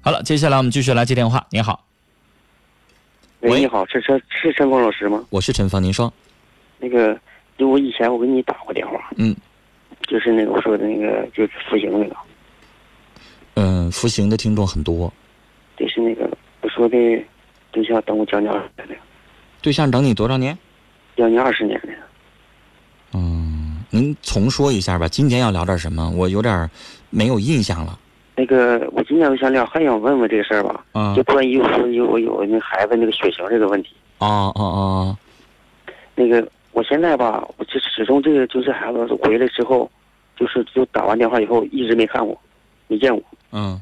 好了，接下来我们继续来接电话。您好，喂，喂你好，是陈是陈峰老师吗？我是陈芳，您说，那个，就我以前我给你打过电话，嗯，就是那个我说的那个就是服刑那个，嗯、服刑的听众很多，就是那个我说的对象等我将近二十年，对象等你多少年？将近二十年了，嗯，您重说一下吧，今天要聊点什么？我有点儿没有印象了。那个我今天我想聊，还想问问这个事儿吧，啊就关于我有我有那孩子那个血型这个问题，哦哦哦，那个我现在吧，我就始终这个就是孩子回来之后，就是就打完电话以后一直没看我，没见我，嗯，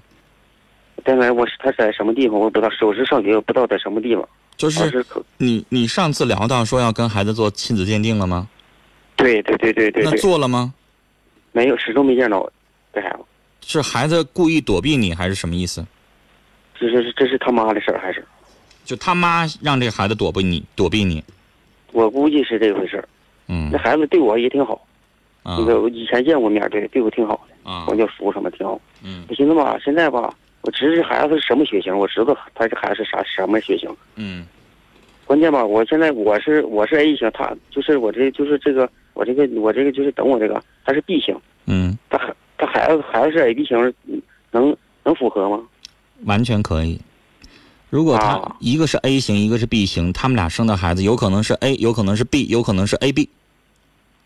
但来我是他在什么地方我也不知道，是我是上学我不知道在什么地方，就老啊是师可你你上次聊到说要跟孩子做亲子鉴定了吗？对对对对对那对，做了吗？没有，始终没见着啊这孩子。是孩子故意躲避你还是什么意思？这是这是他妈的事儿还是？就他妈让这个孩子躲避你，躲避你。我估计是这回事儿。嗯那孩子对我也挺好，啊那个我以前见过面，对对我挺好的，啊管教服务什么挺好。嗯我寻思吧，现在吧，我知识孩子是什么血型，我知道他这孩子是啥什么血型。嗯关键吧，我现在我是我是 A 型，他就是我这就是这个我这个我这个就是等我这个他是 B 型，嗯，他孩他孩子孩子是 AB 型，嗯能能符合吗？完全可以。如果他啊一个是 A 型，一个是 B 型，他们俩生的孩子有可能是 A，有可能是 B，有可能是 AB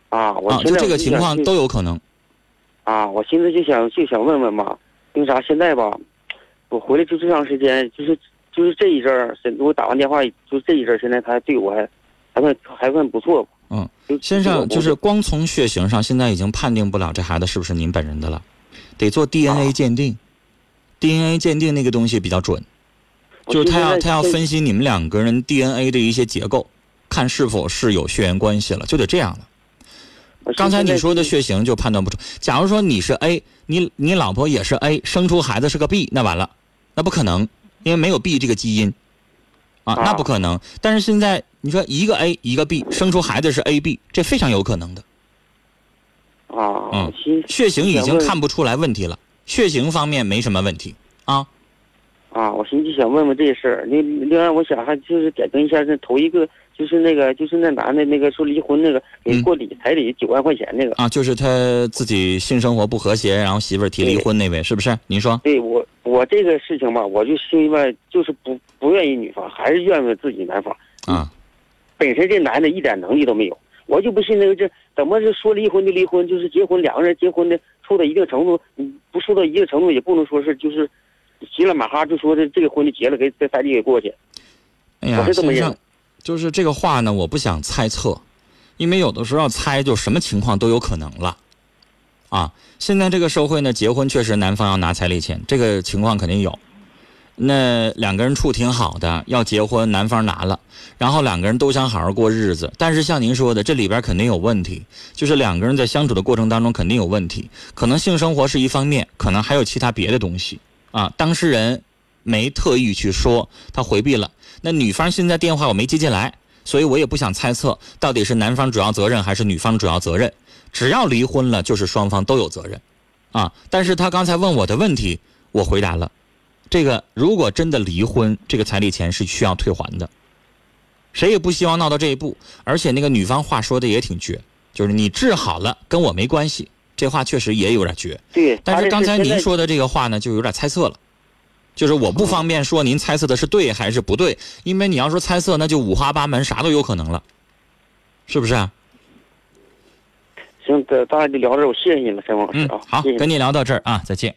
啊，我啊，现就在这个我就情想况去都有可能。啊，我寻思就想就想问问吧，为啥现在吧，我回来就这长时间，就是就是这一阵儿，现我打完电话，就这一阵儿，现在他对我还还算还算不错吧。嗯就，先我生，不就是光从血型上，现在已经判定不了这孩子是不是您本人的了，得啊做 DNA 鉴定。DNA 鉴定那个东西比较准，我就是他现要在他要现分析你们两个人 DNA 的一些结构，看是否是有血缘关系了，就得这样了。我现刚才你在说的血型就判断不出。假如说你是 A，你你老婆也是 A，生出孩子是个 B，那完了，那不可能，因为没有 B 这个基因，啊，啊那不可能。但是现在你说一个 A 一个 B 生出孩子是 AB，这非常有可能的。啊，嗯我寻思血型已想经问看不出来问题了，血型方面没什么问题啊。啊，我寻思就想问问这事儿。另另外，我想还就是点评一下那头一个，就是那个就是那男的那个说离婚那个给嗯过礼彩礼九万块钱那个，啊，就是他自己性生活不和谐，然后媳妇儿提离婚那位，是不是？您说对我，我这个事情吧，我就心里面就是不不愿意女方，还是愿意自己男方。啊？本身这男的一点能力都没有，我就不信那个这怎么是说离婚就离婚，就是结婚两个人结婚的处到一定程度，嗯不处到一定程度也不能说是就是急了马哈就说这这个婚就结了，给这彩礼给过去。哎呀，我是这么先认生为，就是这个话呢，我不想猜测，因为有的时候要猜，就什么情况都有可能了。啊，现在这个社会呢，结婚确实男方要拿彩礼钱，这个情况肯定有。那两个人处挺好的，要结婚，男方拿了，然后两个人都想好好过日子。但是像您说的，这里边肯定有问题，就是两个人在相处的过程当中肯定有问题，可能性生活是一方面，可能还有其他别的东西啊。当事人没特意去说，他回避了。那女方现在电话我没接进来，所以我也不想猜测到底是男方主要责任还是女方主要责任。只要离婚了，就是双方都有责任，啊。但是他刚才问我的问题，我回答了。这个如果真的离婚，这个彩礼钱是需要退还的，谁也不希望闹到这一步。而且那个女方话说的也挺绝，就是你治好了跟我没关系，这话确实也有点绝。对，但他是这刚才现在您说的这个话呢，就有点猜测了，就是我不方便说您猜测的是对还是不对，因为你要说猜测，那就五花八门，啥都有可能了，是不是啊？行，咱大家就聊这儿，我谢谢你了，陈老师嗯啊，，好谢谢，你跟你聊到这儿啊，再见。